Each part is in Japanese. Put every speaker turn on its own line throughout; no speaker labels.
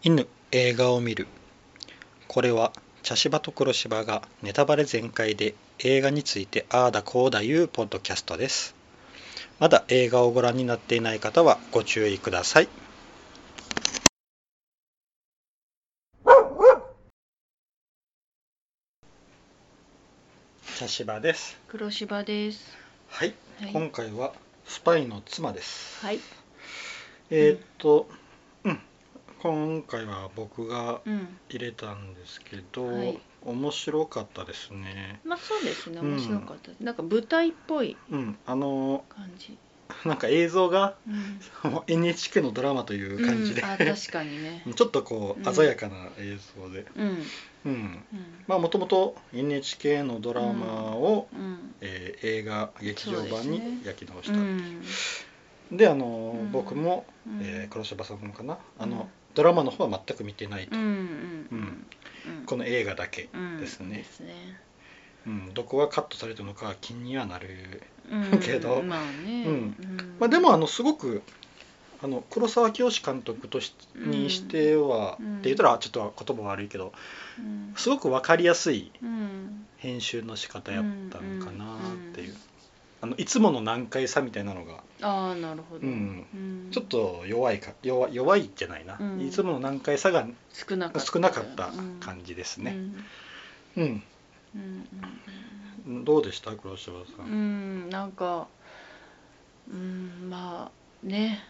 犬映画を見るこれは茶芝と黒芝がネタバレ全開で映画についてああだこうだいうポッドキャストですまだ映画をご覧になっていない方はご注意ください茶芝です
黒芝です。
はい、
はい
今回はスパイの妻です
はい。
えーっとうん今回は僕が
うん。
入れたんですけど、
はい
面白かったですね
まあそうですね。
うん
面白かった。なんか舞台っぽい
うんあの
感じ。
なんか映像が
うん。
もう NHK のドラマという感じで、
うんあ確か にね。
ちょっとこ
う
うん鮮やかな映像で
うん。
うん、
うん。
まあもともと NHK のドラマを、
うん。
えー映画劇場版に
そうですね
焼き直し
う
たで,、
ん。
あの、
うん
僕も、
うん
えー黒柴さんもかなあ
う
の、
ん
ドラマの方は全く見てないと、
うんうんうん。うん。
この映画だけ、
うん
ですね
ですね。
うん、どこがカットされてるのかは気にはなる
う ん
けど
まあね。
うん
うん
まあ、でもあのすごくあの黒沢清監督とし
うん
にしては、
うん
って言ったらちょっと言葉悪いけど
うん
すごく分かりやすい
うん。
編集の仕方やったのかなっていう、
うんうん
あのいつもの難解さみたいなのが
ああなるほど。
うん
うん
ちょっと弱いか弱弱いじゃないな、
うん
いつもの難解さが
少なかった
少なかった
じ
感じです
う
ね
ん
うん、
うんうん
どうでした黒沢さ、
うんんなんかうんまあね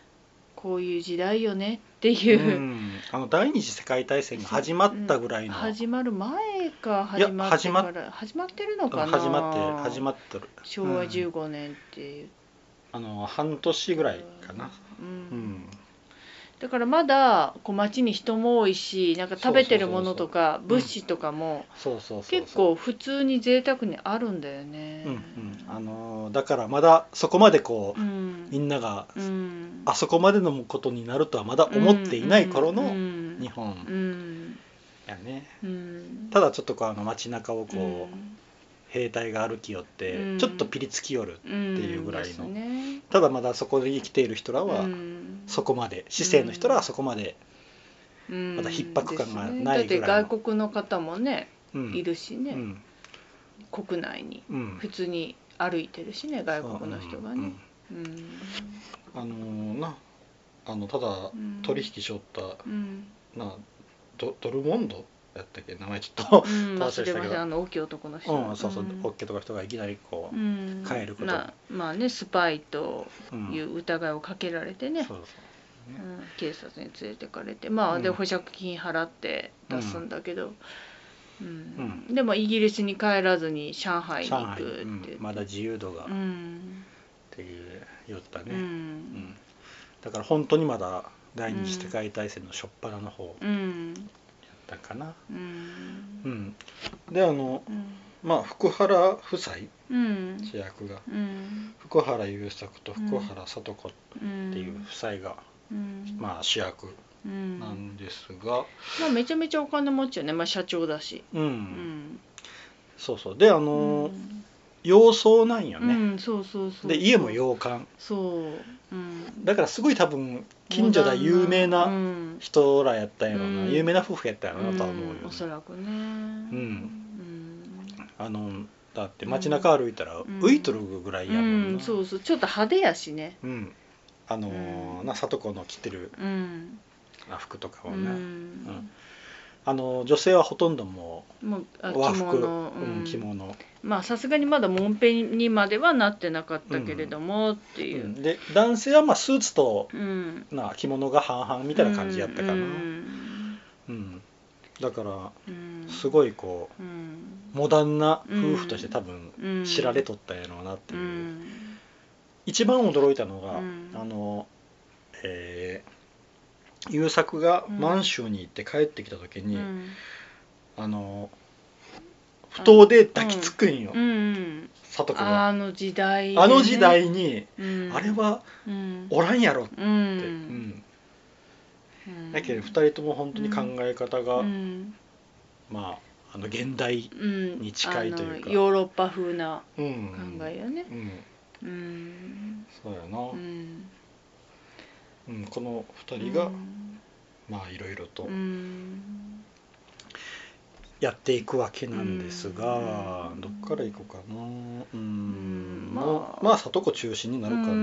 こういう時代よねっていうう、
んあの第二次世界大戦が始まったぐらいの、
始まる前か
いや
始まってから始まってるのかな
始まって始まってる
昭和
うん
15年っていう、
あの半年ぐらいかな、
うん
うん、
だからまだこう街に人も多いしなんか食べてるものと
そう
か
そうそうそう
物資とかも
そうそうそうそう
結構普通に贅沢にあるんだよね。
うんうんあのーだからまだそこまでこう、
うん
みんなが、
うん
あそこまでのことになるとはまだ思っていない頃の日
う
本
ん
やね、
うん
ただちょっとこうあの街中をこう、
ん
兵隊が歩き寄って、
うん
ちょっとピリつき寄る
って
いうぐらいの
ね、
ただまだそこで生きている人らは、
うん
そこまで市政の人らはそこまで、
うん
まだ逼迫感がないぐらいの
ですねだって外国の方もね
うん
いるしね、
うん
国内に
うん
普通に歩いてるしね外国の人がね、うん
うんあのーなあのただ
うん
取引しよった
うん
なあドドルモンドやったっけ名前ちょっと
う
忘
ん、忘
れ
れ
た
ま
け
し
ど
たあの大きい男の人、
うんそうそう、
ん
ホッケとか人がいきなりこう、
うん
帰ること
まあまあねスパイと
うん
いう疑いをかけられてね、
そうそう
うん警察に連れてかれてまあ、で
うん
保釈金払って出すんだけど、うん
う
でもイギリスに帰らずに上海に
上
行
海、
くって
う
言っ
ん、
て
まだ自由度が、
う
っ
ん
ていう言ったね、
う
うん
ん
だから本当にまだ第二次世界大戦の初っ端の方
うんうん
やったかな、う
う
んんであのまあ福原夫妻
うん
主役が
うん
福原優作と福原聡子っていう夫妻が、
うん
まあ主役
うん
な
ま
んですが
あめちゃめちゃお金持ちよね、まあ、社長だし、
うん、
うん
そうそうであ
う
の、
ん
洋装なんよね、
うんそうそうそう
で家も洋館
そう、うん、
だからすごい多分近所で有名
う
なん人らやったんやろな、
うん
有名な夫婦やったんやろなとは思うよ、ね
んおそらくねうん
あのだって街中歩いたら
ん
浮いとるぐらいやもんな、
うんそうそうちょっと派手やしね
うんあのー
うん
な里子の着てる
うん
服とか
う
はね、
ん
あの女性はほとんども
もうあ
う和
着
服
物
うん
うん
着物、
まあさすがにまだもんぺにまではなってなかったけれどもって
う
い
ん
う
で男性はまあスーツと
うん
な着物が半々みたいな感じやったかな、う
うんん
だから
うん
すごいこう
うん
モダンな夫婦として多分
うん
知られとったんやろうなって
う
いう、
ん
一番驚いたのが、
うん
あのえー優作が満州に行って帰ってきた時に、
うん
あの不当で抱きつくんよ、
うん
里子が
あの時代ね
あの時代に、
うん
あれは
うん
おらんやろって、
う
うんん
うん
だけど2人とも本当に考え方が、
うん
まああの現代、
うん
に近いというか
あのヨーロッパ風な
うん
考えよね
うん、
うん
そうやな、
うん
うんこの2人が、
うん
まあいろいろと
うん
やっていくわけなんですが、
うん
どっから行こうかなうん、
ん
ま
ま
あ
あ、
まあ里子中心になるかな
う
うん、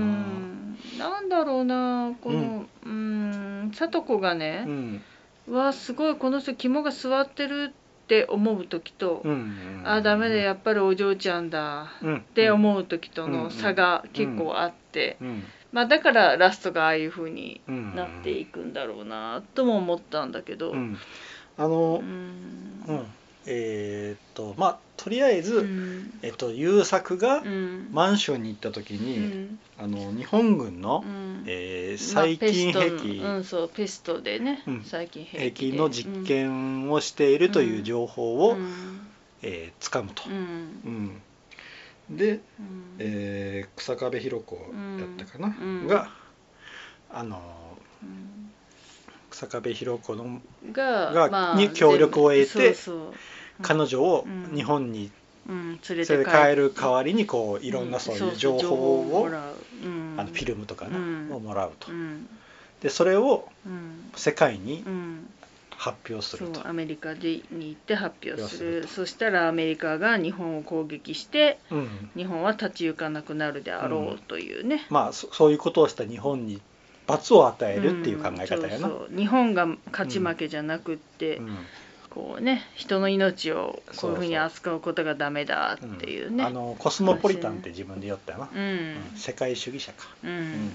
んなんだろうなこのうん聡子が
う
ね、
ん
わすごいこの人肝が座ってるって思う時と、
うん
あダメだやっぱりお嬢ちゃんだ
うん、っ
って思う時と
うん
の差が結構あって、
うん
まあだからラストがああいう風に
うん、
なっていくんだろうなとも思ったんだけど、
うん、あのう
う、
ん
ん
えーっとまあとりあえず、
うん
えっと、優作が
うん
満州に行った時
う
に、
ん
あの日本軍の、
うん
えー
まあ
細菌
ペ
兵
ス
器、
トのうんそうペストでね、
うん
細菌兵
兵
器
器
で
の実験をしているという情報を、
うん
えー掴むと
う、ん
うんで、
うん
えー草壁弘子だったかな、
うん
があの
うん
草壁弘子の
が
が
まあ
に協力を得て
全部そうそう
彼女を
うん
日本に
うん、連れ
連
て
れて帰る代わりにこういろんなそういう情報を、
もらううん
あのフィルムとかな、
うん
をもらうと、
うん
でそれを
うん
世界に
うん、
発表す
そ
る
う
と、
アメリカでに行って発表す
発表する
る
と
そしたらアメリカが日本を攻撃して
うん
日本は立ち行かなくなるであろうというね、
まあそそういうことをした日本に罰を与えるっていう考え方やな、
うんそうそう日本が勝ち負けじゃなくって、
うん
こうね人の命をこういうふう
そ
に
うそう
扱うことがダメだ
うん
っていうね
あのコスモポリタンって自分で言ったよな、
う
うんん世界主義者か
うん、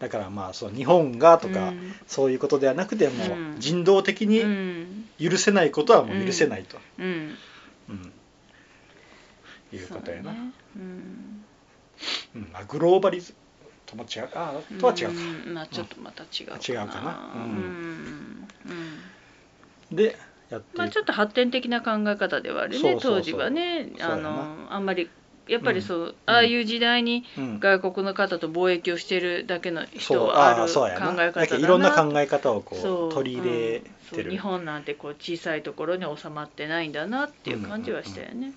だからまあそう日本がとか、
うん
そういうことではなくても
う
うん人道的
う
に
ん
許せないことはもう許せないと、
うん
うんいうことやな、
そうねうん
うんまあ、グローバリズムとも違うあーとは違うか、
んまあちょっとまた違うかな
違うかなうん
うんうん
でやっていく、
まあちょっと発展的な考え方ではあるね
そうそうそう
当時はね
そうや
あ
な
のあんまりやっぱりそう、
うん
ああいう時代に
うん
外国の方と貿易をしてるだけの
そ
人
う
は
ー
ある考え方だ
な
なん
かいろんな考え方を
そ
こ
う
う取り入れ
うん
て
そ
る、
う日本なんてこう小さいところに収まってないんだなっていう感じはしたよね、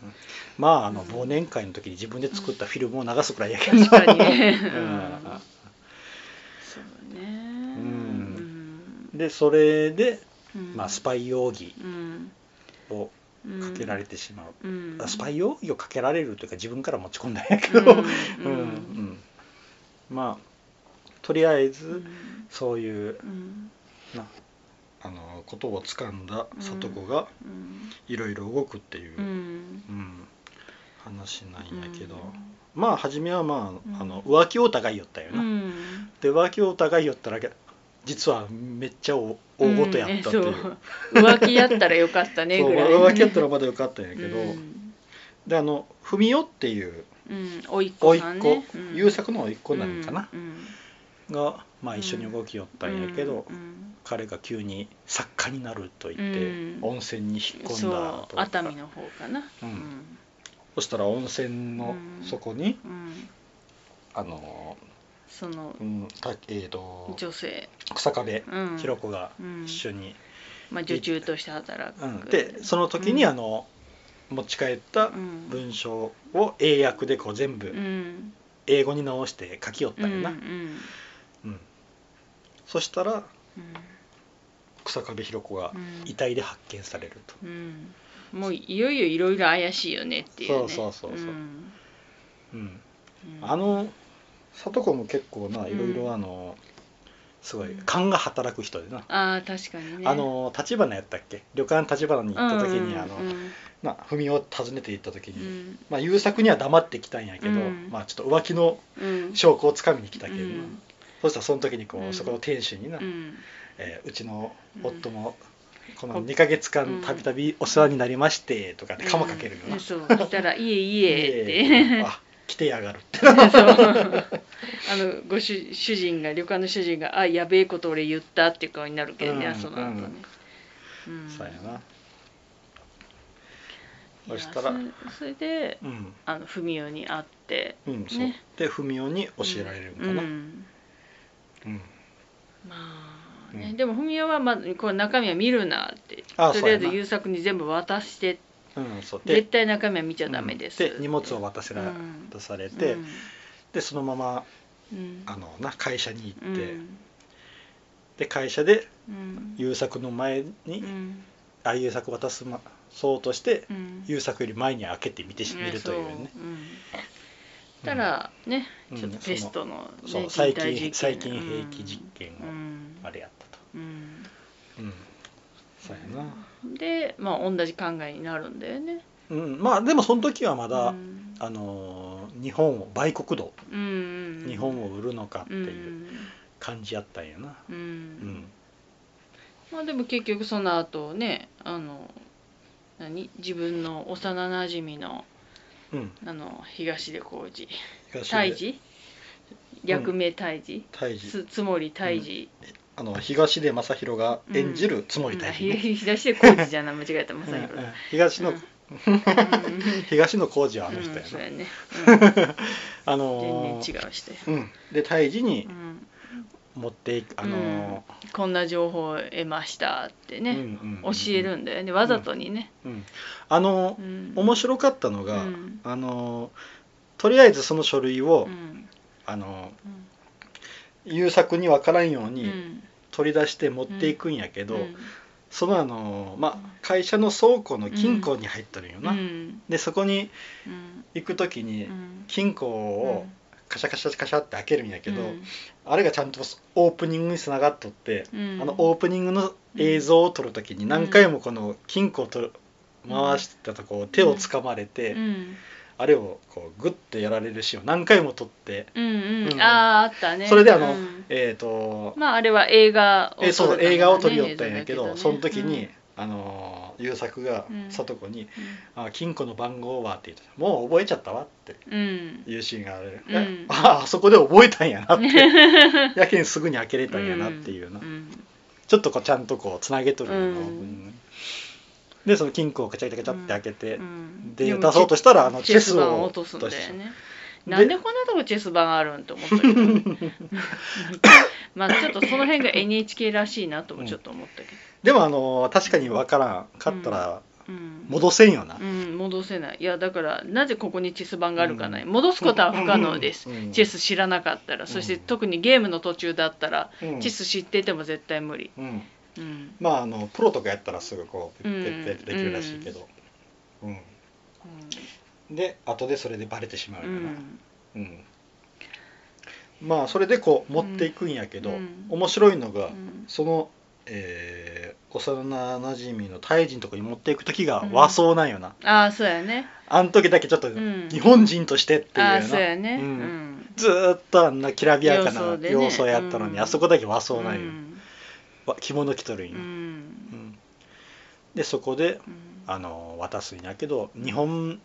まああの
うん
忘年会の時に自分で作ったフィルムを流すくらいやけど、
確かにね、う
うんん
そうね
んでそれで、
うん
まあ、スパイ容疑
うん
を
うん
かけられてしまう、
うん
あスパイ容疑をかけられるというか自分から持ち込んだんやけ
う
ど、うん
ん
う
うんん
まあとりあえず、
うん
そういう
うん
なあのことを掴んだ里子が
うん
いろいろ動くっていう、
う
うん
ん
話なんやけど、まあ初めはまあ,、
うん
あの浮気をお互いよったよ
う
な、
ん
で浮気をお互いよったらけ実はめっちゃお大ごとやったっていう,、
んそう浮気やったらよかったね
そう
ぐらいのね
浮気やったらまだよかったんやけど、
うん
であの文代っていう
うん甥っ
甥っ
子さん
子
ねうん
優作の甥っ子なんかな、
うんうん
が、まあ、一緒に動きよったんやけど、
うん
彼が急に作家になると言って、
うん
温泉に引っ込んだ
そう
と
熱海の方かな
うん
うん
そしたら温泉の
うん
底に、
うん
あの、
その
うんたえー、と
女性
草壁
うん
ひろ子が
うん
一緒に、
まあ女中として働
う
く、
んでその時に、
うん
あの持ち帰った
うん
文章を英訳でこう全
う
部
ん
英語に直して書きよったんやな、
うんうん
うんそしたら
うん
草壁ひろ子が
うん
遺体で発見されると、
うんもういよいよいろいろ怪しいよねっていう、ね、
そうそうそうそうんうん
うん
あの里子も結構な
うん
いろいろあの、すごい
うん
勘が働く人でな、
あー確かにね
あの立花やったっけ旅館立花に行った時に、あの
うんうん
まあ文雄を訪ねて行った時
う
に、
ん
まあ優作には黙ってきたんやけど、
うん
まあちょっと浮気の
うん
証拠をつかみに来たけど、
うん
そしたらその時にこう、
うん
そこの店主にな、う
うん
えーうちの夫もこ
こ
の2ヶ月間
うん
たびたびお世話になりましてとかで鎌かけるような、
うんそうそしたら「いえいえ」って
えあ来てやがるって
そうあのご主主人が旅館の主人が「あやべえこと俺言った」っていう顔になるけどね、
うん
その後ね、うん
そうやな、
いや
そしたら
そそれで
うん
あの文雄に会って
うんそう
ね
で文雄に教えられるんかな、
う
うん
んまあね
うん
でも文雄は、まあ、こう中身は見るなって
あ
とりあえ
そうや
ず
な
優作に全部渡して
うんそうで
絶対中身は見ちゃダメです、
うんで荷物を渡せら、
うん
渡されて、でそのまま
うんうん
あのな会社に行って、
うん
で会社で
うん
優作の前に、
うん
あ優作渡すまそうとして、
うん
優作より前に開けて見てし見るというね
そんしたらね、
うん
ちょっと
うん
ペストの、ね
そう
人
最近
体実験
最近兵器実験
う
を
ん
あれやったと、
うん
うん、そうやな
でまあ同じ考えになるんだよね
うん、まあでもその時はまだ、
うん
あのー日本を売国奴
うん
日本を売るのかって
うん
いう感じやったんやな
うん、
うん
まあでも結局その後ねあの何自分の幼なじみの
うん
あの東出浩二
東
胎
出
児略名胎児、
泰治
つつもり胎児、
あの東出正宏が演じるつもり
うんあ
泰治、
ひ
ね
東出浩二じゃない間違えたまさ
うん
に
んうん東の、
うん
東野浩二はあの人
うん
や
そう
な、
やね、
あ
うん
のー
全然違うして、
うん、で泰治に
うん
持っていくあの
こんな情報を得ましたって
ー
ね、
うんうん
教えるんだよねわざとにね、
うんあのー
うん
面白かったのが、
うん
あのーとりあえずその書類を、
うん
あの
うん
ー優作に分からんように、
うん
取り出して持っていくんやけど、
うん
そのあのまあ
うん
会社の倉庫の金庫に入っとるんよな、
うん
でそこに
うん
行く時
う
に
ん
金庫をカシャカシャカシャって開けるんやけど、
うん
あれがちゃんとオープニングにつながっとって、
うん
あのオープニングの映像を撮る時に何回もこの金庫をとる回してたとこを手を掴まれて、
うん
あれをこうグッてやられるシーンを何回も撮って、
うん
う
うんんあああったね
それであの、
うん
えっ、と
まああれは映画
え
撮る
そ
た
う
めのね
映画を撮りよったんやけど
映像だね
その時に、あのー優作が
うん
聡子に
うん
「あ金庫の番号は?」って言ったもう覚えちゃったわ」って
うん
いうシーンがある、
うん
えああそこで覚えたんやなってやけにすぐに開けれたんやなっていうな、
うん
ちょっとこうちゃんとこうつなげとるの、
うん
うんでその金庫をガチャガチャガチャって開けて、
うん
で
も
出そうとしたらあのチェス
盤
を
落とすんだよね
で
なんでこんなとこチェス盤あるんと思ったけど ね まあちょっとその辺が NHK らしいなともちょっと思ったけ
でもあのー確かにわからんかったら
ど、うん
戻せんよな、
うん、戻せないいやだからなぜここにチェス盤があるかない、戻すことは不可能です、
うん
チェス知らなかったら、そして特にゲームの途中だったら、
うん
チェス知ってても絶対無理、
うん
うん、
まああのプロとかやったらすぐこうペッペッペッってできるらしいけど、うんで後でそれでバレてしまう
う
よな、
ん
うんまあそれでこう持っていくんやけど、
うん
面白いのが、
うん
その、えー幼なじみのタイ人とかに持っていく時が和装なんよな、
ああそうやね
あの時だけちょっと
ん
日本人としてっていう
あ
よ
あそうやね
う
う
なんずーっとあんなきらびやかな
要素でね
要素やったのに、
うん
あそこだけ和装なんよ、
ん
わ着物着とるん
う
よ、うんんでそこで
うん
あの渡すんやけど日本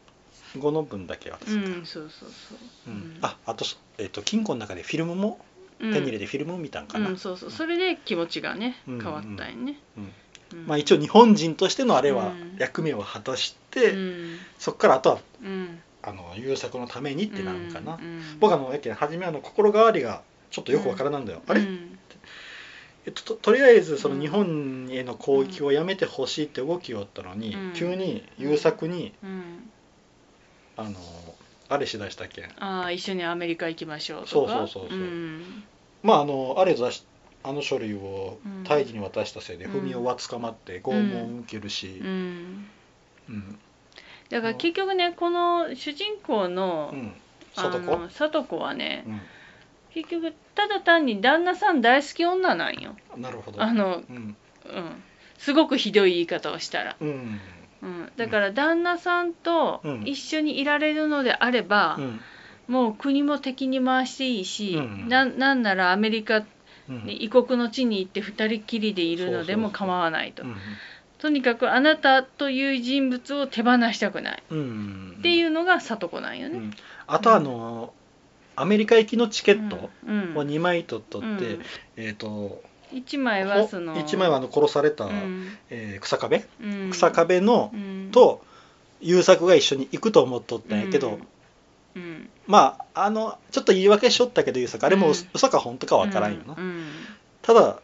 語の分だけ渡
う
すんだ、
んそうそうそううん
ああと,、えっと金庫の中でフィルムも、
うん
手に入れてフィルムを見たんかな、
うんそうそうそれで気持ちがね
うん
変わったんやね、
うん
うん
まあ、一応日本人としてのあれは
うん
役目を果たして、
うん
そこからあとは
うん
あの優作のためにってなるんかな、
うん
僕あのやけん初めあの心変わりがちょっとよくわからなんだよ、あれ、
うん
えっと、ととりあえずその日本への攻撃をやめてほしいって動きをあったのに、
うん
急に優作に
うん
あのあれしだしたっけ
ああ一緒にアメリカ行きましょうとか
そうそうそうそうんまああのあれ出しあの書類を
うん
大義に渡したせいで
うん
文雄は捕まって拷問を受けるし
う、ん
うん
だから結局ねこの主人公の、
うん
あ
貞子、
の貞子はね、
う
結局ただ単に旦那さん大好き女なんよ
ん、なるほど
あの、
うん
うん、すごくひどい言い方をしたら、
うん
うん、だから旦那さんと
うん
一緒にいられるのであれば
う、ん
もう国も敵に回していいし、
うん
ななんならアメリカ
うん
に異国の地に行って2人きりでいるのでも構わないと、
うん
とにかくあなたという人物を手放したくない
うん
っていうのが里子なんよ
う
ね。
んあとあのアメリカ行きのチケット
うん
を2枚取っとって、
うん
えっ、と
1枚はその
1枚はあの殺された、
うん
えー草壁、
うん
草壁の、
うん
と優作が一緒に行くと思っとったんやけど、
うんうん
まああのちょっと言い訳しとったけど優作あれもう
うん
嘘か本当かわからんよな、
うんうん
ただ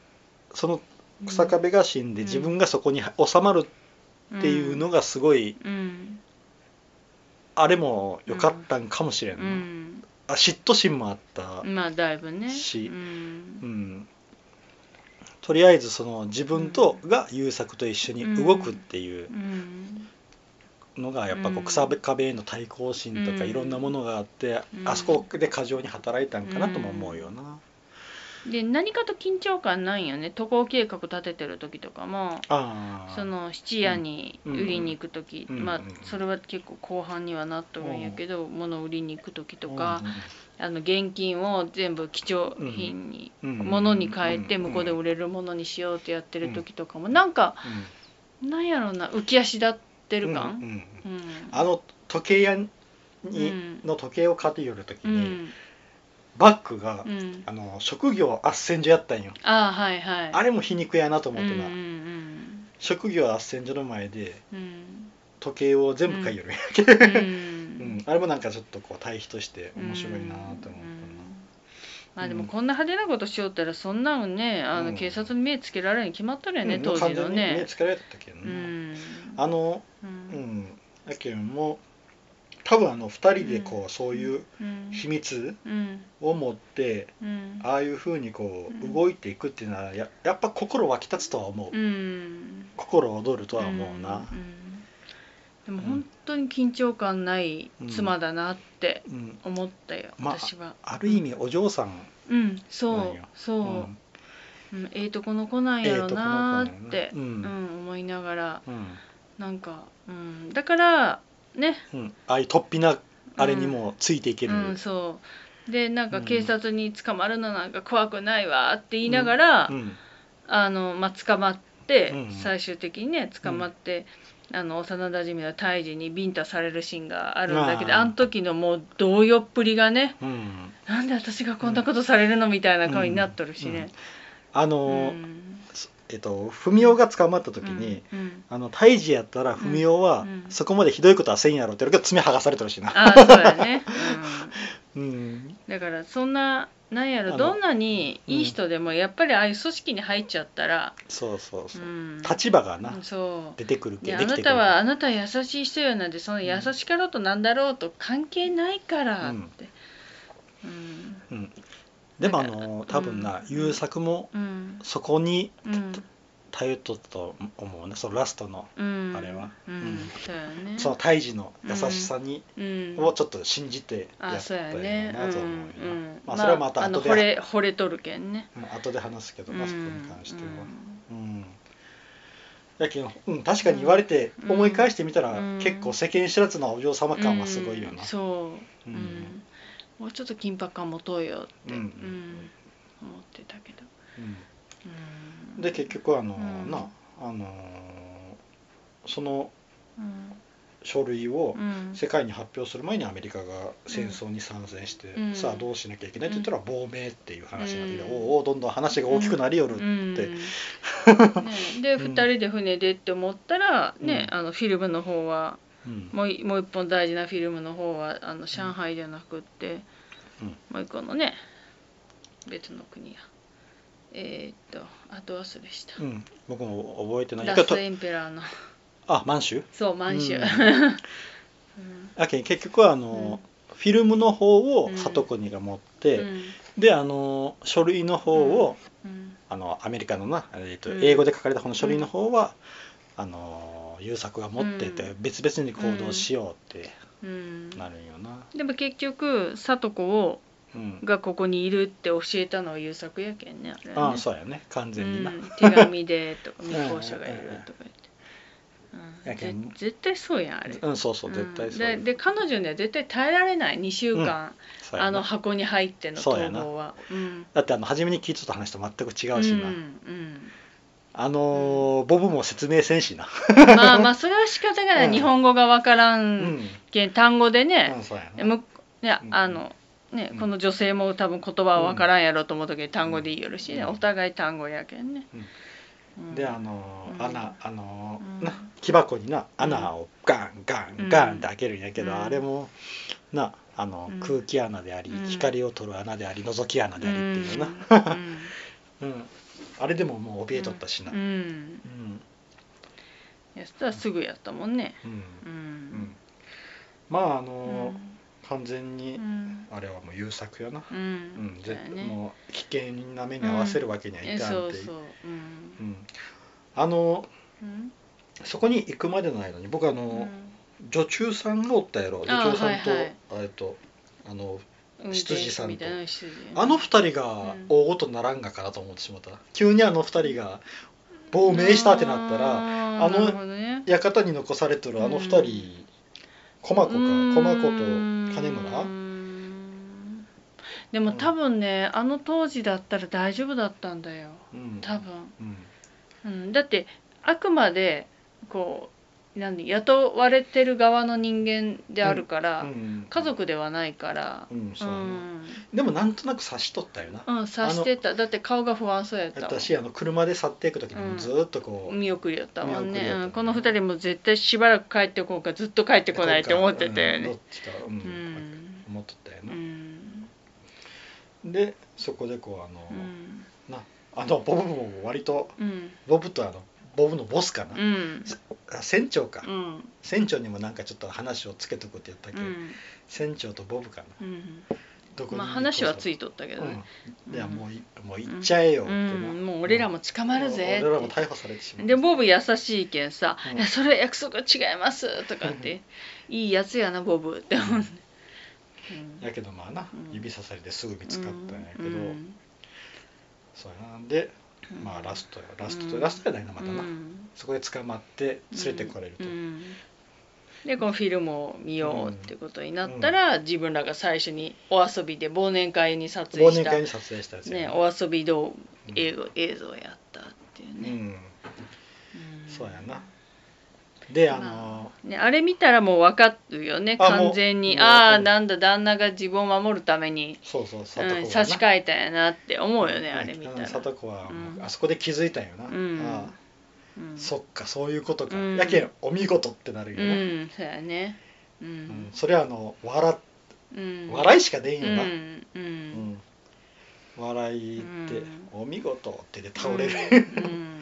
その草壁が死んで自分がそこに収まるっていうのがすごい、
うん
あれも良かったんかもしれん
う
な、
ん
あ嫉妬心もあった、
まあだいぶね
し
う
うんん、ちとりあえずその自分とが優作と一緒に動くっていう
うん
のがやっぱこ
う
うん草壁への対抗心とか
うん
いろんなものがあって
うん
あそこで過剰に働いたんかなとも思うよな。
で何かと緊張感ないよね渡航計画立ててる時とかも
ああ
その質屋に
うん
売りに行く時、
うん
まあ
うん
それは結構後半にはなっとるんやけど、物売りに行く時とか、あの現金を全部貴重品に、物に変えて向こうで売
れ
れるものにしようってやってる時とかも、なんかなんやろうな浮き足立ってる感、うん
あの時計屋に
うん
の時計を買って寄る時
う
に
ん
バッグが
うん
あの職業斡旋所やったんよ。
ああはいはい
あれも皮肉やなと思って
うんう
な。
ん
職業斡旋所の前で
うんうん
時計を全部買い寄るんや。
う
うんんあれもなんかちょっとこう対比として面白いなと思ったな。
まあでもこんな派手なことしよったらそんなのねあ
うん
の警察に目つけられるに決まっとるよね、
うん
当時の
完全に目
ね。
つけられてたけど
う
な、
ん、
あの
う
うんんやけんも多分あの2人でこう、そういう
うん
秘密
うん
を持って
うん
ああいうふうにこう、
うん
動いていくっていうのはややっぱ心沸き立つとは思う、
うん
心躍るとは思うな、
うんでも本当に緊張感ない妻だなって
うん
思ったよ、
まあ
私は。
ある意味お嬢さん、
うん
なん
そう
や
そう、
うん
うんええとこの子なんやろなーって、
ええとこの子
う
なん
ん思いながら
うん
なんか、うん、だからね、
うんああいう突飛なあれにもついていける、
うん、そうでなん
う
か
ん
警察に捕まるのなんか怖くないわって言いながら、
うん
あのまあ、捕まって、
うん
最終的にね捕まって、あの幼馴染の胎児にビンタされるシーンがあるんだけど
あー
あの時のもう動揺っぷりがね
うん
なんで私がこんなことされるのみたいな顔になっとるしね。
あ
う
の、
ん
えっと文雄が捕まった時に、
うんうん
あの胎児やったら文雄は、
うんうん
そこまでひどいことはせんやろって言うけど爪剥がされてるしな。
ああそうやね、うん
うん
だからそんななんや
あの
ろどんなにいい人でもやっぱりああいう組織に入っちゃったら、
そうそう
う
そう。
ん、
立場がな、
そ
出てくる
う
けど
であ
でき
な
てくる
たはあなたは優しい人よなんでその優しかろうとなんだろうと関係ないからって、うん
うん、でもあ
なんか
の多分な、
うん
優作も
うん
そこに
うん
頼っとったと思うねそのラストの、
うん、
あれは
うん
うん
そうやね
その胎児の優しさに、
うん
をちょっと信じてや
あ
った
そうや
よ
ね
なと思う
う
よな、
んうん
まあそれはまた
あの
後
惚
で、
れ惚れとるけんね
うん後で話すけどな、そこに関しては。
うん
うんやけん、うん、確かに言われて
うん
思い返してみたら、
うん
結構世間知らずのお嬢様感はすごいよな
うん、そう
う
うんんもうちょっと緊迫感持とうよって、
う
うんん
うん
思ってたけど、
うんで結局あの、
うん
なあのーその
うん、
書類を
うん
世界に発表する前にアメリカが戦争に参戦して、
うん
さあどうしなきゃいけないって言ったら亡命っていう話になってきて、
うん
おうおうどんどん話が大きくなりよる、 って
うんね、で
うん
2人で船でって思ったら、ね
う
あのフィルムの方は
うん
もういもう一本大事なフィルムの方はあの上海じゃなくって、
うん
もう一個のね別の国やえーっとあと忘れした、
うん僕も覚えてない
ラ
け
スト
ど
エンペラーの
あ満州
そう満州、
うん
うん
やけん結局はあの、フィルムの方を
うん
里国が持って、
うん
であの書類の方を、
うん
あのアメリカのな、えーと
うん
英語で書かれた方の書類の方は、あの優作が持ってて、
う
別々に行動しようって
うん
なるんよな。
でも結局聡子を
うん
がここにいるって教えたのは優作やけんねあれね
ああそうやね完全にな。
うん手紙でとか未婚者がいるとか
や
言っ
け
て、うんん、ぜ絶対そうやんあれ、
うんそうそう絶対そうよ
んでで彼女には絶対耐えられない2週間、
そうや
あ
な
の箱に入っての
そ
逃
うやな
亡はうん
だってあの初めに聞いとった話と全く違うしな、
うん
あのーボブも説明せんしな。
うん、まあまあそれは仕方がない、
うん
日本語がわから
うんん、
けん単語でね、
うんそうやな。
むね
うん
あのね
うん
この女性も多分言葉は分からんやろうと思う時に単語で言いよるしね
うん
お互い単語やけんね。うん
であのー
うん
穴あのー
うん
な木箱にな穴をガンガンガンって開けるんやけど、
うん
あれもなあの、
うん
空気穴であり
うん
光を取る穴であり覗き穴でありっていうな、う
うん
んあれでももう怯えとったしな
う。ん
うん
いやそしたらすぐやったもんね。
うん
う
うん
ん
まああ
う
のー
ん
完全
う
に
ん
あれはもう優作やな、
う
うんん、
そう
絶
や
対
ね
もう危険な目に合わせるわけにはい
え
かんっていう,、
そうそううん
うん、あの
うん
そこに行くまでの間に僕あの、女中さんがおったやろ
あー
女中さんと、
はいはい
あれとあの
うん
羊さんと
運転手みたいな羊
あの二人が
うん
大ごとならんがかなと思ってしまった、急にあの二人が亡命したってなったら
ら
あの
なるほどね
館に残されとるあの二人、
うん
駒子か
うん
駒子と金村
うんでも多分ねあの当時だったら大丈夫だったんだよ
うん
多分、
うん
うん、だってあくまでこう何雇われてる側の人間であるから、
うん
家族ではないから
う、んそううやなんでもなんとなく察しとったよな、
うん、察してただって顔が不安そうやったもん
私あの車で去っていく時に
う
も
ん
ずーっとこう、
見送りやったもん
見送りや
ね
ったね
うん、この二人も絶対しばらく帰ってこうかずっと帰ってこないって思ってたよ
うんど
ね
っちか、うん
うん
思っとったよ
う
な、
ん
でそこでこうあの、
うん
なあのボブも割と
うん
ボブとあのボブのボスかな、
うん
あ船長か、
うん
船長にもなんかちょっと話をつけとくって言ったけ
う
ど、
ん
船長とボブかな
うん
どこに
まあ話はつ
い
いとったけどね、
うん、では
うん
もういもう行っちゃえよ
う
ってな、
ん、もう俺らも捕まるぜって
俺らも逮捕されてしまう
でボブ優しいけんさ
う
「
ん
いやそれ約束違います」とかって「いいやつやなボブ」って思うね、うん
やけどまあな
うん
指さされてすぐ見つかったんやけど、
うん
そうやなで
うん
まあラストやラストと、
うん
ラストやないなまたな、
うん
そこで捕まって連れてこれると、
うんでこのフィルムを見ようってことになったら、自分らが最初にお遊びで忘年会に撮影
忘
し
年
た
会、に撮影したやつや
ね、
な
お遊び
う
動
ん
映像映像やったっていう
う
ね、
ん
うん
そうやなであの、
まね、あれ見たらもう分かるよね
あもう
完全
もう
に
分かる
ああーなんだ旦那が自分を守るために、
そうそう佐
う
藤
ん、差し替えたんやなって思うよねあれ見たら、
佐藤子はもう
うん
あそこで気づいたんよな、
うん
あ
う
あ
ん
そっかそういうことか、
うん
やけんお見事ってなるよ
う
ね、
んそうやねう
うん
ん、
それはあの笑
うん、
笑いしか出ん
う
よな、うん
んうん
笑いって、
うん
お見事ってで倒れる、
うんうん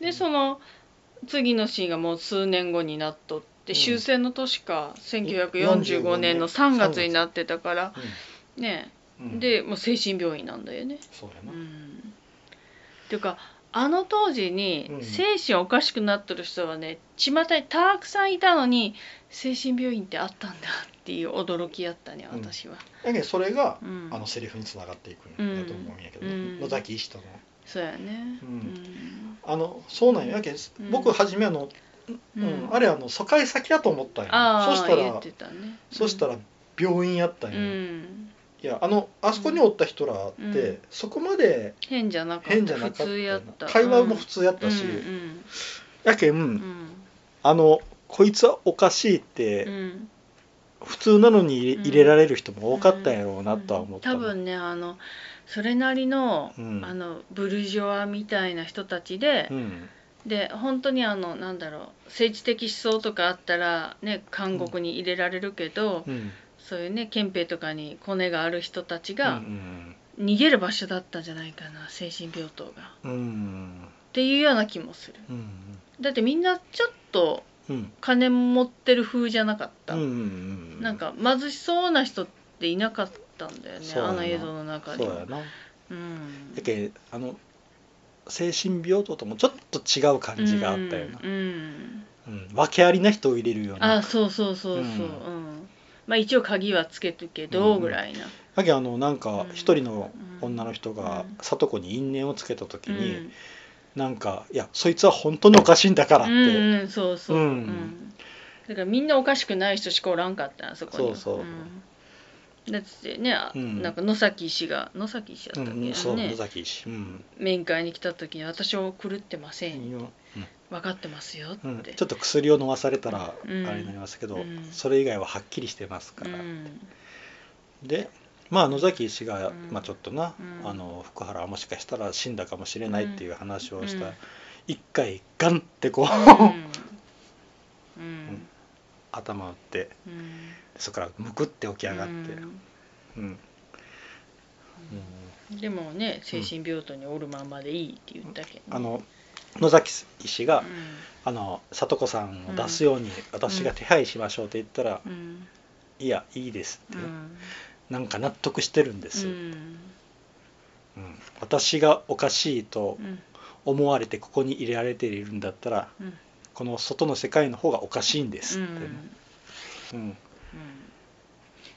でその次のシーンがもう数年後になっとっ
う
て、
ん
終戦の年か1945
45
年
年
の
の
3
3
月
月
になってたからね、
うんうん
でもう精神病院なんだよね。
そうや
う
な、
ん、っていうかあの当時に
うん
精神おかしくなってる人はね巷にたくさんいたのに精神病院ってあったんだっていう驚きやったね
うん
私は。
やけんそれが、
うん
あのセリフにつながっていくんやと思うんやけど、
うん
野崎石との
そうやね。
うんあのそうなんよやけん、
ん
僕初めあの、
う
うんんあれあの疎開先やと思ったん
あ
やそ
あ
した
言
ら
ってたね。
そした
ら、
ら病院やったん
う
や、
ん、
いやあのあそこにおった人らって、
うん
そこまで
変じゃなかった
変じゃなかった
普通やった
会話も普
通
通やったし、
うん
やけん、
うんうん
あのこいつはおかしいっ
う
て
ん
普通なのに入れ,、
うん
入れられる人も多かったんやろうなとは思った
多
な、
分ねあのそれなりの,、
うん
あのブルジョアみたいな人たちで
う、ん
で本当にあのなんだろう政治的思想とかあったらね監獄に入れられるけど、
うん
そういうね憲兵とかにコネがある人たち
う
が
ん
逃げる場所だったんじゃないかな精神病棟が。っ
うんうん
ていうような気もする。
うん
だってみんなちょっと
うん
金持ってる風じゃなかった、
うんうん
なんか貧しそうな人っていなかったんだよね
そうやな
あの映像の中
そ
に
う
は
やな
うん
だけどあの精神病棟ともちょっと違う感じがあったよな、
うんうん
うん訳ありな人を入れるような
あそうそうそうそう、う
うんん
まあ一応鍵はつけとくけど
うん
ぐらいな、
だけどあのなんか
うん
一人の女の人
う
が
ん
里子に因縁をつけた時
うん
に、なんか「いやそいつは本当におかしいんだから」って、
うんうんそうそう、
うん
だからみんなおかしくない人しかおらんかったなそこには
そうそうん
だってね、あ
うん
なんか野崎氏が野崎氏
う
だったっけ、
ん、そう
ね
野崎氏うん、
面会に来た時に私を狂ってません
うん
分かってますよって、
うんちょっと薬を飲まされたらあ
うん
れになりますけど、
うん
それ以外ははっきりしてますから、
うん
でまあ野崎医師が、
うん
まあ、ちょっとな、
うん
あの福原はもしかしたら死んだかもしれないっていう話をした、
うん
一回ガンってこう、
うんうん
頭打って
うん
そこからむくって起き上がって、
うん
うんうん
でもね精神病棟におるまんまでいいって言ったけどね、
あの野崎医師が、
う
あの里子さんを出すように私が手配しましょうって言ったら、
んうん
いやいいですって、
うん
なんか納得してるんで
う
す、
ん
うん私がおかしいと
うん
思われてここに入れられているんだったら
うん
この外の世界の方がおかしいんです
う
ってね、
ん
うん
うん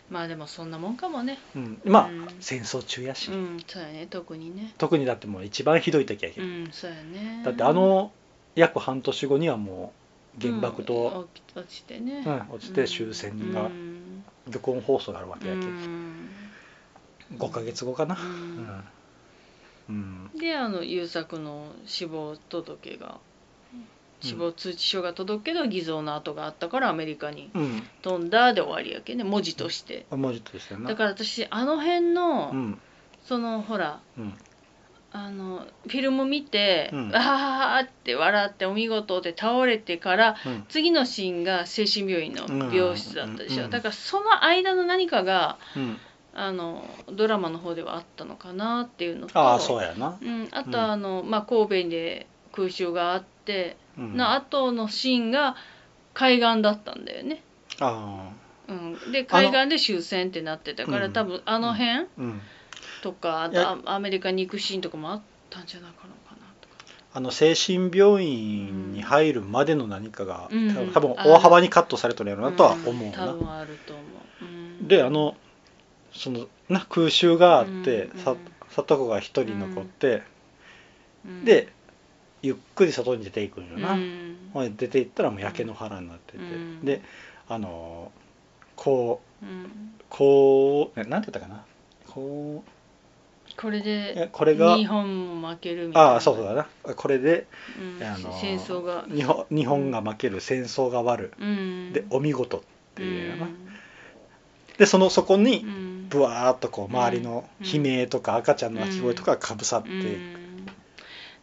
まあでもそんなもんかもね
うんまあ、
うん
戦争中やし、
うんそうやね特にね
特にだってもう一番ひどい時やけ
う
ど、
んそうやね
だってあの約半年後にはもう原爆と、
うん、落ち落ちてね、
うん落ちて終戦が
うん
漁港放送があるわ
う
けやけ、
ん
五5ヶ月後かな
うん
うん、うん
であの優作の死亡届が死亡通知書が届くけど偽造の跡があったからアメリカに
うん
飛んだで終わりやけね文字として
文字としてな
だから私あの辺の、
うん
そのほら
うん
あのフィルム見て、
うん
わーって笑ってお見事で倒れてから
うん
次のシーンが精神病院の病室だったでしょ、
うん
だからその間の何かが
うん
あのドラマの方ではあったのかなっていうのと
ああそうやな、
うん、あ
うん
とあの、まあ、神戸で空襲があって、
うん、
の後のシーンが海岸だったんだよね、
ああ
うん、で海岸で終戦ってなってたから、
うん
多分あの辺
うん
とかあ
いや
とあアメリカに行くシーンとかもあったんじゃないかなかなとか
あの精神病院に入るまでの何かが、
うん
多分
うん
多分大幅にカットされとるやろうなとは思う
うん、
な、
多分あると思う、うん、
であのそのな空襲があって、
うん
さ里子が一人残って、
うん
でゆっくり外に出ていくんよな、
うん
ほいで出ていったらもう焼け野原になってて、
うん
であのこう
うん
こうえなんて言ったかなこう
これで
えこれが
日本も負けるみたいな
ああそうだなこれで、
うん
あの
戦争が
日本日本が負ける戦争が終わる、
うん
でお見事っていうよな、
ん
でそのそこに
うん
ぶわーっとこう周りの悲鳴とか赤ちゃんの泣き声とかがかぶさっていく、
うん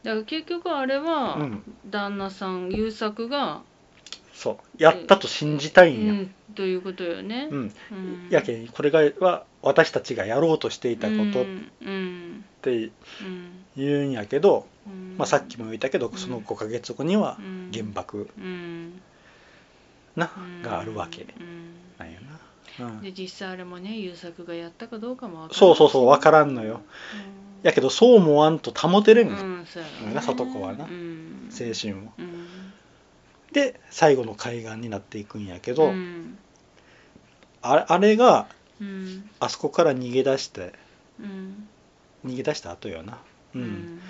だから結局あれ
う
は
ん
旦那さん優作が、
そうやったと信じた
う
いんや、
ん、ということよね。
うん
うん
やけにこれがは私たちがやろうとしていたことっ
うんうん
て
うん
言うんやけど、
うん
まあ、さっきも言ったけど
うん
その5ヶ月後には
うん
原爆
うん
な
うん
があるわけ
うん
なんよな、うん
で実際あれもね優作がやったかどうかもわからん
そうそうそう分からんのよやけどそう思わんと保てれ、
うんんそうやろね
な里子はな
うん
精神を
うん
で最後の海岸になっていくんやけど、
うん
あれあれが
うん
あそこから逃げ出して
うん
逃げ出した後よな、
う
うん
ん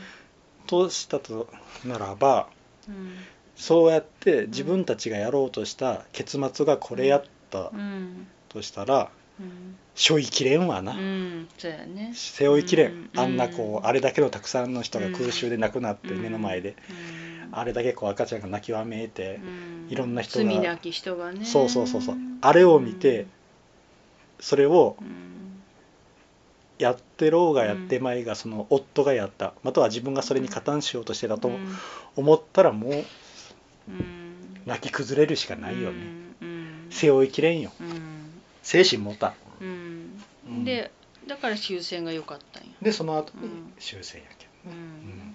としたとならば
うん
そうやって自分たちがやろうとした結末がこれやった
うん
としたら
うん
背負いきれんわな、
うんそうやね
背負いきれん、
うん
あんなこうあれだけのたくさんの人が空襲で亡くなって
うん
目の前で、あれだけこう赤ちゃんが泣きわめいて
う、ん
いろんな人が
罪なき人がね
そうそうそうそうあれを見てそれを
うん
やってろうがやってまいがその夫がやったまたは自分がそれに加担しようとしてたと
うん
思ったらもう
うん
泣き崩れるしかないよね、
うん
背負いきれんよ
うん
精神持たん
うん
うん
でだから終戦が良かったんや
でその後
う
に
ん
終戦やけど、
う
うん
ん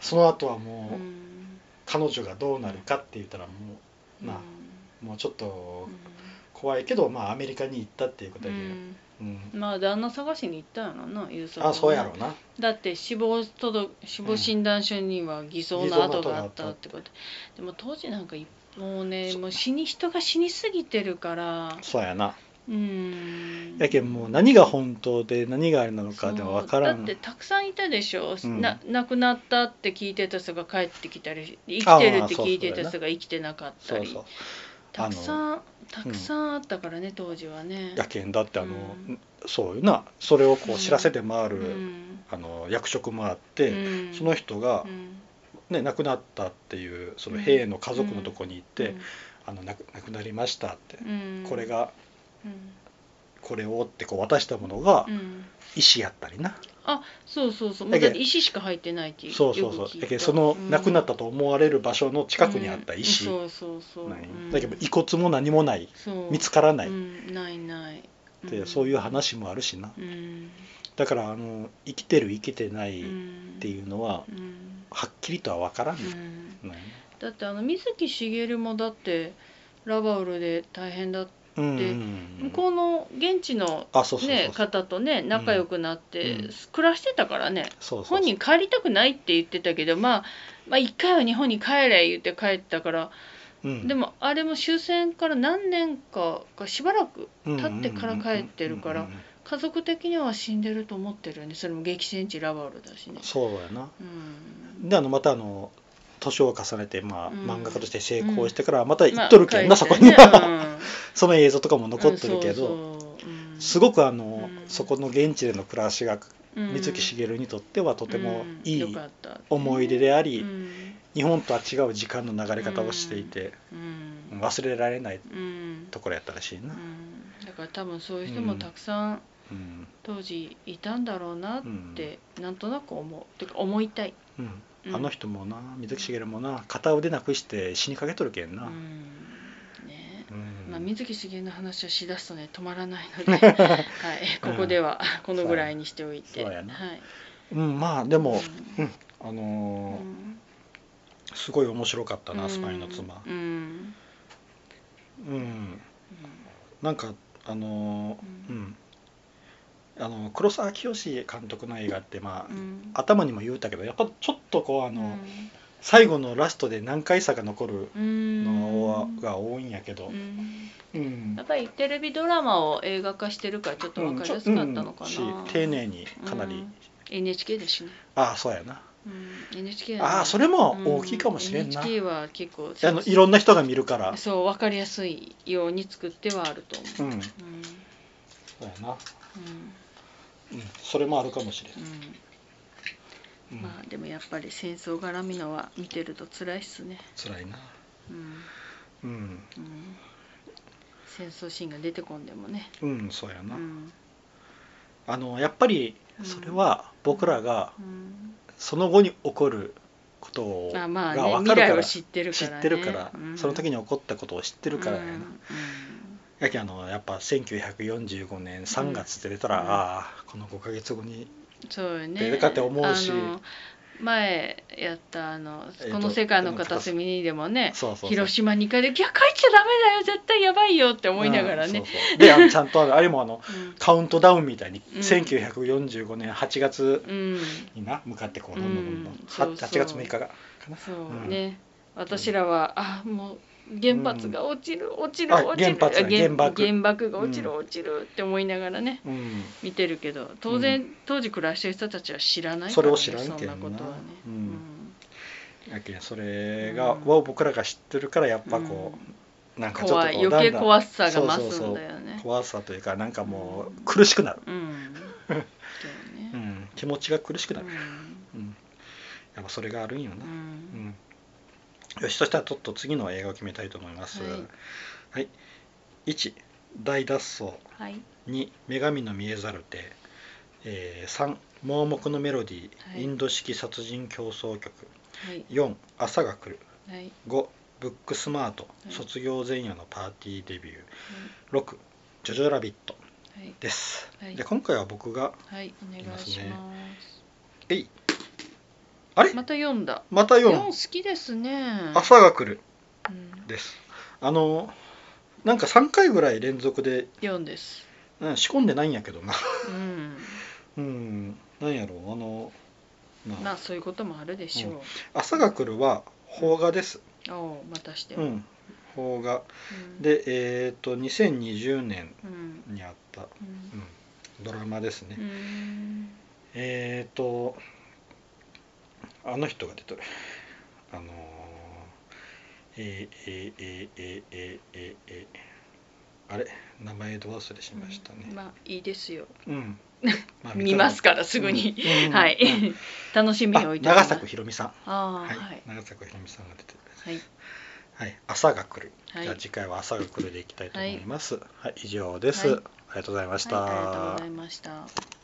その後はもう、
うん
彼女がどうなるかって言ったらもうまあもうちょっと怖いけど、まあ、アメリカに行ったっていうこと
う
だけど、
ん
うん
まあ旦那探しに行ったんやろな優作は
あそうやろうな
だって死亡届死亡診断書には偽造の跡があったってこと、でも当時なんかいもうねもう死に人が死にすぎてるから
そうやな
うん
やけんもう何が本当で何があれなのかでは分から
そ
ん
うだってたくさんいたでしょ、
うん
な亡くなったって聞いてた人が帰ってきたり生きてるって聞いてた人が生きてなかった
そう
り
そう
たくさんたくさんあったからね、当時はね
やけんだってあの、
うん
そうよなそれをこう知らせて回る、
うん
あの役職もあっ
う
て、
ん
その人が
う、ん
ね、亡くなったっていうその兵の家族のとこに行って、あの亡く亡くなりましたって、
うん
これが
うん
これをってこう渡したものが
うん
石やったりな、
そうそうそうも
だ
う
け
だって石しか入ってないっていう
そうそうそ
よ
う
く聞い
だ
た
けどその
うん
亡くなったと思われる場所の近くにあった石、
うんそうそうそう
ない
うん
だけど遺骨も何もない
そう
見つからないっ
うんないない
て、そういうう話もあるしな
うん
だからあの生きてる生きてないっ
って
いうのは、
うん、うん
はっきりとは分からん
う
ね、
ん
うん
だってあの水木しげるもだってラバウルで大変だっ
うんうん
で向こうの現地の、
あそうそうそう
ね、方とね仲良くなって、
うん
暮らしてたからね
そうそうそう
本人帰りたくないって言ってたけどまあまあ、一回は日本に帰れ言って帰ったから、
うん
でもあれも終戦から何年かかしばらく
立
ってから帰ってるから家族的には死んでると思ってるよねそれも激戦地ラバウルだしね。
そうやな
うん
であのまたあの年を重ねて、まあ、
うん
漫画家として成功してからまた行
まあ
っとるけんな、そ
帰
こ
って
に
ね
は、
うん
その映像とかも残っとるけど、
うんそうそううん
すごくあの、
うん
そこの現地での暮らしが
うん
水木しげるにとってはとてもい
うんよ
い
かった
思い出であり、
うん
日本とは違う時間の流れ方をしていて、
うん
忘れられない
うん
ところやったらしいな、
うんだから多分そういう人もたくさん
うん
当時いたんだろうなっ
うん
てなんとなく思うてか思いたい、
うん
うん
あの人もな水木しげるもな片腕なくして死にかけとるけん
う
な、
んね
うん
まあ、水木しげるの話をしだすとね止まらないので、 はい、ここではこのぐらいにしておいて、
そうやな
はい、
うんまあでも、
うん
うんあ
う
のー
ん
すごい面白かったな、スパイの妻
うんうん
うんなんかあのー
う
うんん、あの黒沢清監督の映画ってまあ、
うん
頭にも言うたけどやっぱちょっとこうあ
あ
の、最後のラストで難解さが残るのはが多いんやけどうん、
やっぱりテレビドラマを映画化してるからちょっと分かりやすかったのか
うんち
な、
ょうんし丁寧にかなり、
うん NHK だしね、
ああそうやな、
うん NHK
ああそれも大きいかもしれんな、
うん NHK は結構
あのいろんな人が見るから
そう分かりやすいように作ってはあると
う
思う、
んそう
うんうん
やな、うん、それもあるかもしれん、
うん
うん
まあでもやっぱり戦争絡みのは見てると辛いっすね、
辛いな
うん
うん
うん、戦争シーンが出てこんでもね、
うんそうや
う
な、
ん
あのやっぱりそれは僕らが
うん
その後に起こることを
ま
が
あまあ
分か
ね未
るか
来
ら
を知ってる
知
から、ね、
ってるから、その時
に
に起こったことを知ってるからやな、やけんあのやっぱ1945年3月って出たら、
う
あ
ん
あこの5ヶ月後に
そうよ
出
ね
るかって思うし
あの前やったあの
えっと
この世界の片隅にでもね、
そうそうそう
広島に行かれて「いや帰っちゃダメだよ絶対やばいよ」って思いながら
うん
ね、
そうそうであ のちゃんとあるあれもあの
うん
カウントダウンみたいに、
うん
1945年8月
うん
にな向かってこうどんどんどんどん、
う
は
んそうそう
8月6日がかな
そう
うん
ね、私らはあもう原発が落ちる、落ちる
あ
落ちる
原発
あ
原爆
原爆が落ちる、
うん
落ちるって思いながらね
うん
見てるけど当然、当時暮らしてる人たちは知らない
それ
から、
を
ね、
知らんけんな
そんなことはね、
う
うんん
やけんそれが、
うん
は僕らが知ってるからやっぱこ
うん
う、なんかちょっとこう
怖い
だんだん
余計怖さが増すんだよね。
怖さというかなんかもう苦しくなる、
うんだよね
うん、気持ちが苦しくなる、う
う
ん、やっぱそれがあるんよな、うんん、よしそしたらちょっと次の映画を決めたいと思います
はい
はい、1大脱走
はい
2女神の見えざる手、えー、3盲目のメロディー、
はい
インド式殺人競争曲
はい
4朝が来る
はい
5ブックスマート
い
卒業前夜のパーティーデビュー6ジョジョラビット
はい
です、
はい
で今回は僕が
はいお願いし
い
ま。
ますえいあれ
また読んだ。
また
読好
4
きですね。
朝が来る
うん
ですあのなんか3回ぐらい連続で、
読んです。
うん、仕込んでないんやけどな
うん。
うんなんやろうあの
ま
な
あそういうこともあるでしょ
朝が来るは邦画です
う。おうまたして。
う
うん
ん邦画
うん、
でえっ、と2020年
うん。
にあった、
う。
うんん、ドラマですね、
うん。
えーと、あの人が出てる。あのー、えー、えー、えー、えー、えー、えー、えー、あれ名前ど忘れしましたね。
まあいいですよ。
うん。あ
見ますからすぐに。
うんうん
はい
うん。
楽しみに
あ
置いておきま
長
す。
作ひろみさん。
あ
は
あ
い
はい。
長作ひろみさんが出てる。
はい。
はい。朝が来る。
はい
じゃあ次回は朝が来るでいきたいと思います。はい、以上です。
はい
ありがとうございました。
はいありがとうございました。